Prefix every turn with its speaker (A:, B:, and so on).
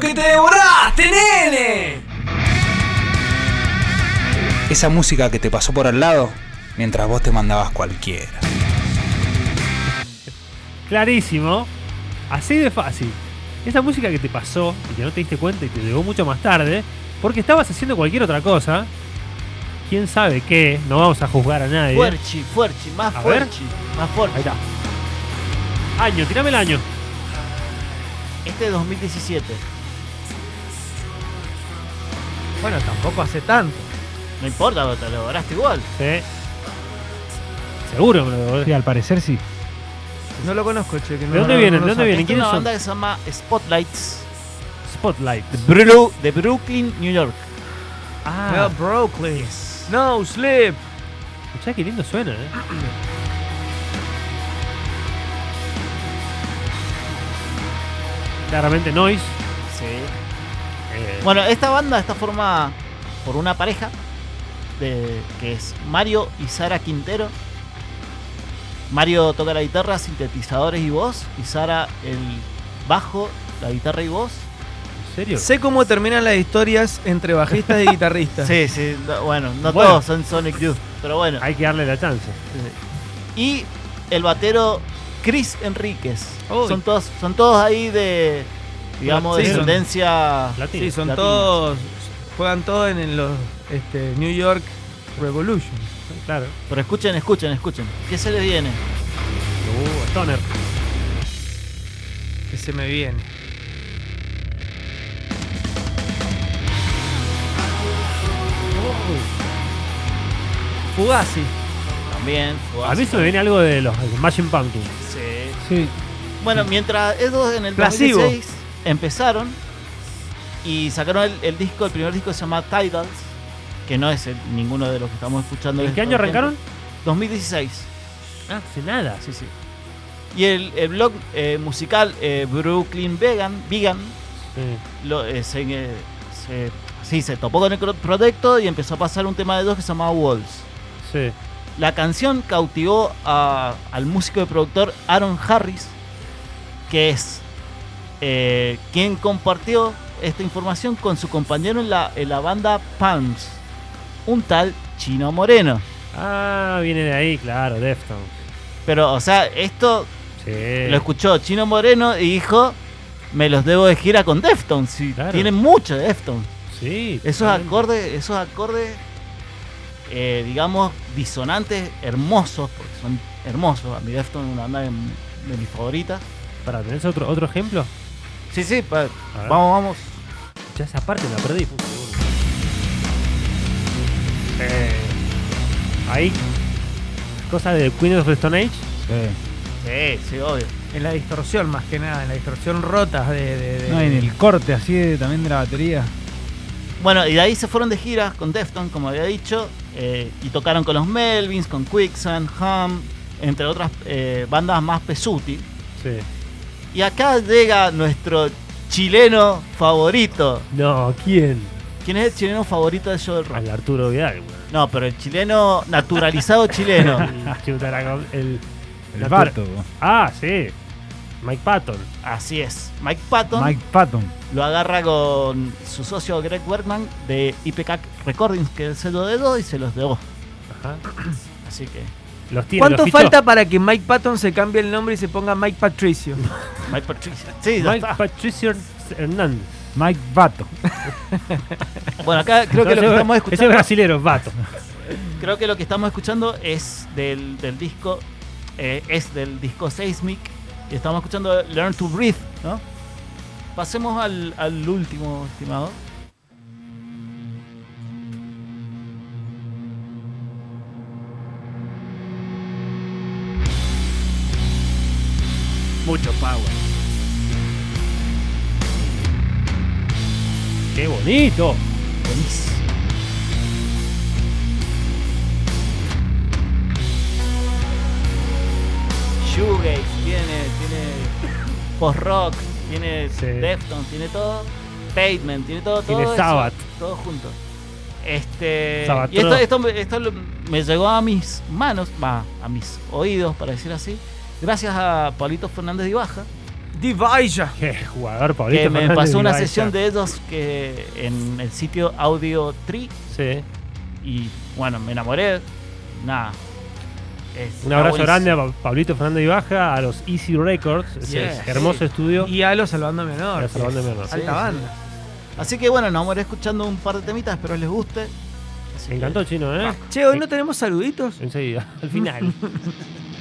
A: que te devoraste, nene!
B: Esa música que te pasó por al lado mientras vos te mandabas cualquiera.
C: Clarísimo. Así de fácil. Esa música que te pasó y que no te diste cuenta y te llegó mucho más tarde, porque estabas haciendo cualquier otra cosa. Quién sabe qué, no vamos a juzgar a nadie.
D: Fuerchi, fuerchi, más
C: A ver.
D: fuerchi. Más
C: Ahí
D: fuerchi.
C: está. Año, tirame el año.
D: Este es 2017.
E: Bueno, tampoco hace tanto.
D: No importa, pero te lo lograste igual.
C: Sí. Seguro, bro.
E: Sí, al parecer sí. No lo conozco, che. que no-
C: ¿De dónde
E: no-
C: vienen?
E: no
C: ¿De dónde
E: lo saco.
C: vienen?
D: Esta es
C: ¿Quiénes
D: una
C: son?
D: banda que se llama Spotlights.
C: Spotlight.
D: De, Bru- de Brooklyn, New York.
E: Ah,
C: Ah,
E: Brooklyn. No sleep.
C: escuchá qué lindo suena, eh. Claramente noise.
D: Sí.
C: eh,
D: Bueno, esta banda está formada por una pareja de, que es Mario y Sara Quintero. Mario toca la guitarra, sintetizadores y voz, y Sara el bajo, la guitarra y voz.
C: ¿En serio?
E: Sé cómo terminan las historias entre bajistas y guitarristas.
D: Sí, sí, no- bueno, no
C: Bueno.
D: todos son Sonic Youth, pero bueno.
C: Hay que darle la chance.
D: Y el batero Chris Enríquez.
E: Uy.
D: Son todos, son todos ahí de, digamos,
E: Sí, son-
D: descendencia.
C: Latino.
E: Sí, son
D: Latinos.
E: todos. Juegan todos en, en los este, New York Revolution.
C: Claro.
D: Pero escuchen, escuchen, escuchen. ¿Qué se les viene?
C: Uh, Stoner.
E: Que se me viene. Fugazi.
D: También.
C: A mí se me viene algo de los Machine Pumpkins.
D: Sí.
E: Sí.
D: Bueno, mientras esos en el
E: Placebo.
D: 2006 empezaron y sacaron el, el disco, el primer disco se llama Tidals, que no es el- ninguno de los que estamos escuchando.
C: ¿En
D: en
C: qué
D: este
C: año
D: momento.
C: arrancaron?
D: 2016.
C: Ah, hace nada.
D: Sí, sí. Y el, el blog eh, musical eh, Brooklyn Vegan, Vegan
C: Sí.
D: lo, eh, se, eh, se- sí, se topó con el cro- proyecto y empezó a pasar un tema de dos que se llamaba Walls.
C: Sí.
D: La canción cautivó a- al músico y productor Aaron Harris, que es eh, quien compartió esta información con su compañero en la, en la banda Palms, un tal Chino Moreno.
C: Ah, viene de ahí, claro, Deftones.
D: Pero, o sea, esto
C: Sí.
D: lo escuchó Chino Moreno y dijo, me los debo de gira con Deftones, si
C: Claro.
D: tienen mucho de Deftones.
C: Sí.
D: Esos
C: totalmente.
D: acordes, esos acordes, eh, digamos, disonantes hermosos, porque son hermosos. A mi Defton es una banda de, de mis favoritas.
C: Para, ¿tenés otro, otro ejemplo?
D: Sí, sí,
C: A
D: pa-
C: ver.
D: vamos, vamos.
C: Ya esa parte la perdí. puto, boludo. Eh, Ahí. Cosas de Queen of the Stone Age.
D: Sí, sí, obvio.
E: En la distorsión, más que nada, en la distorsión rota de. de- de-
F: No, en el corte así de- también de la batería.
D: Bueno, y de ahí se fueron de giras con Defton, como había dicho, eh, y tocaron con los Melvins, con Quicksand, Hum, entre otras eh, bandas más pesuti.
C: Sí.
D: Y acá llega nuestro chileno favorito.
C: No, ¿quién?
D: ¿Quién es el chileno favorito de Joe del Rock?
C: Al Arturo Vidal, güey.
D: No, pero el chileno naturalizado chileno.
C: El chuta la com- el-
F: El
C: la
F: pato.
C: Ah, sí. Mike Patton.
D: Así es. Mike Patton
F: Mike Patton.
D: lo agarra con su socio Greg Werman de IPK Recordings, que es el sello de dos, y se los debo.
C: Ajá.
D: Así que,
C: Ah. Los tiene,
E: ¿Cuánto
C: los fichó.
E: falta para que Mike Patton se cambie el nombre y se ponga Mike Patricio?
D: Mike Patricia. Sí, ya
C: Mike
D: está.
C: Patricio Hernández.
F: Mike Patton.
D: Bueno, acá creo que lo que
C: Entonces, Ese
D: estamos
C: es
D: escuchando,
C: brasilero, vato.
D: creo que lo que estamos escuchando es del, del disco, eh, es del disco Seismic, y estamos escuchando Learn to Breathe, ¿no? Pasemos al, al último, estimado.
C: Mucho power. ¡Qué bonito!
D: Buenísimo. Shoegaze tiene, tiene post rock, tiene
C: Sí.
D: Deftones, tiene todo, Pavement, tiene todo, todo
C: Tiene
D: eso,
C: Sabbath.
D: todo junto. Este
C: Sabatrón.
D: y esto, esto, me- esto lo- me llegó a mis manos, va, a mis oídos para decir así, gracias a Pablito Fernández de Baja,
E: Divaya.
C: Qué jugador, Pablito.
D: Que me
C: Fernández
D: pasó una
C: Ibaiza.
D: sesión de ellos que en el sitio Audio Tree
C: Sí.
D: y bueno, me enamoré. Nada. Es-
C: Un abrazo
D: está
C: grande a Pa- Pablito Fernández Ibaja, a los Easy Records, ese
E: Yes.
C: hermoso estudio.
E: Y a los salvando menor.
C: Los Salvando Menor.
E: Alta
D: Sí,
E: banda.
D: Así que bueno, nos vamos a ir escuchando un par de temitas, espero les guste. Así
C: Me
D: que-
C: encantó, chino, ¿eh?
E: Che, hoy no tenemos saluditos.
C: Enseguida, al final.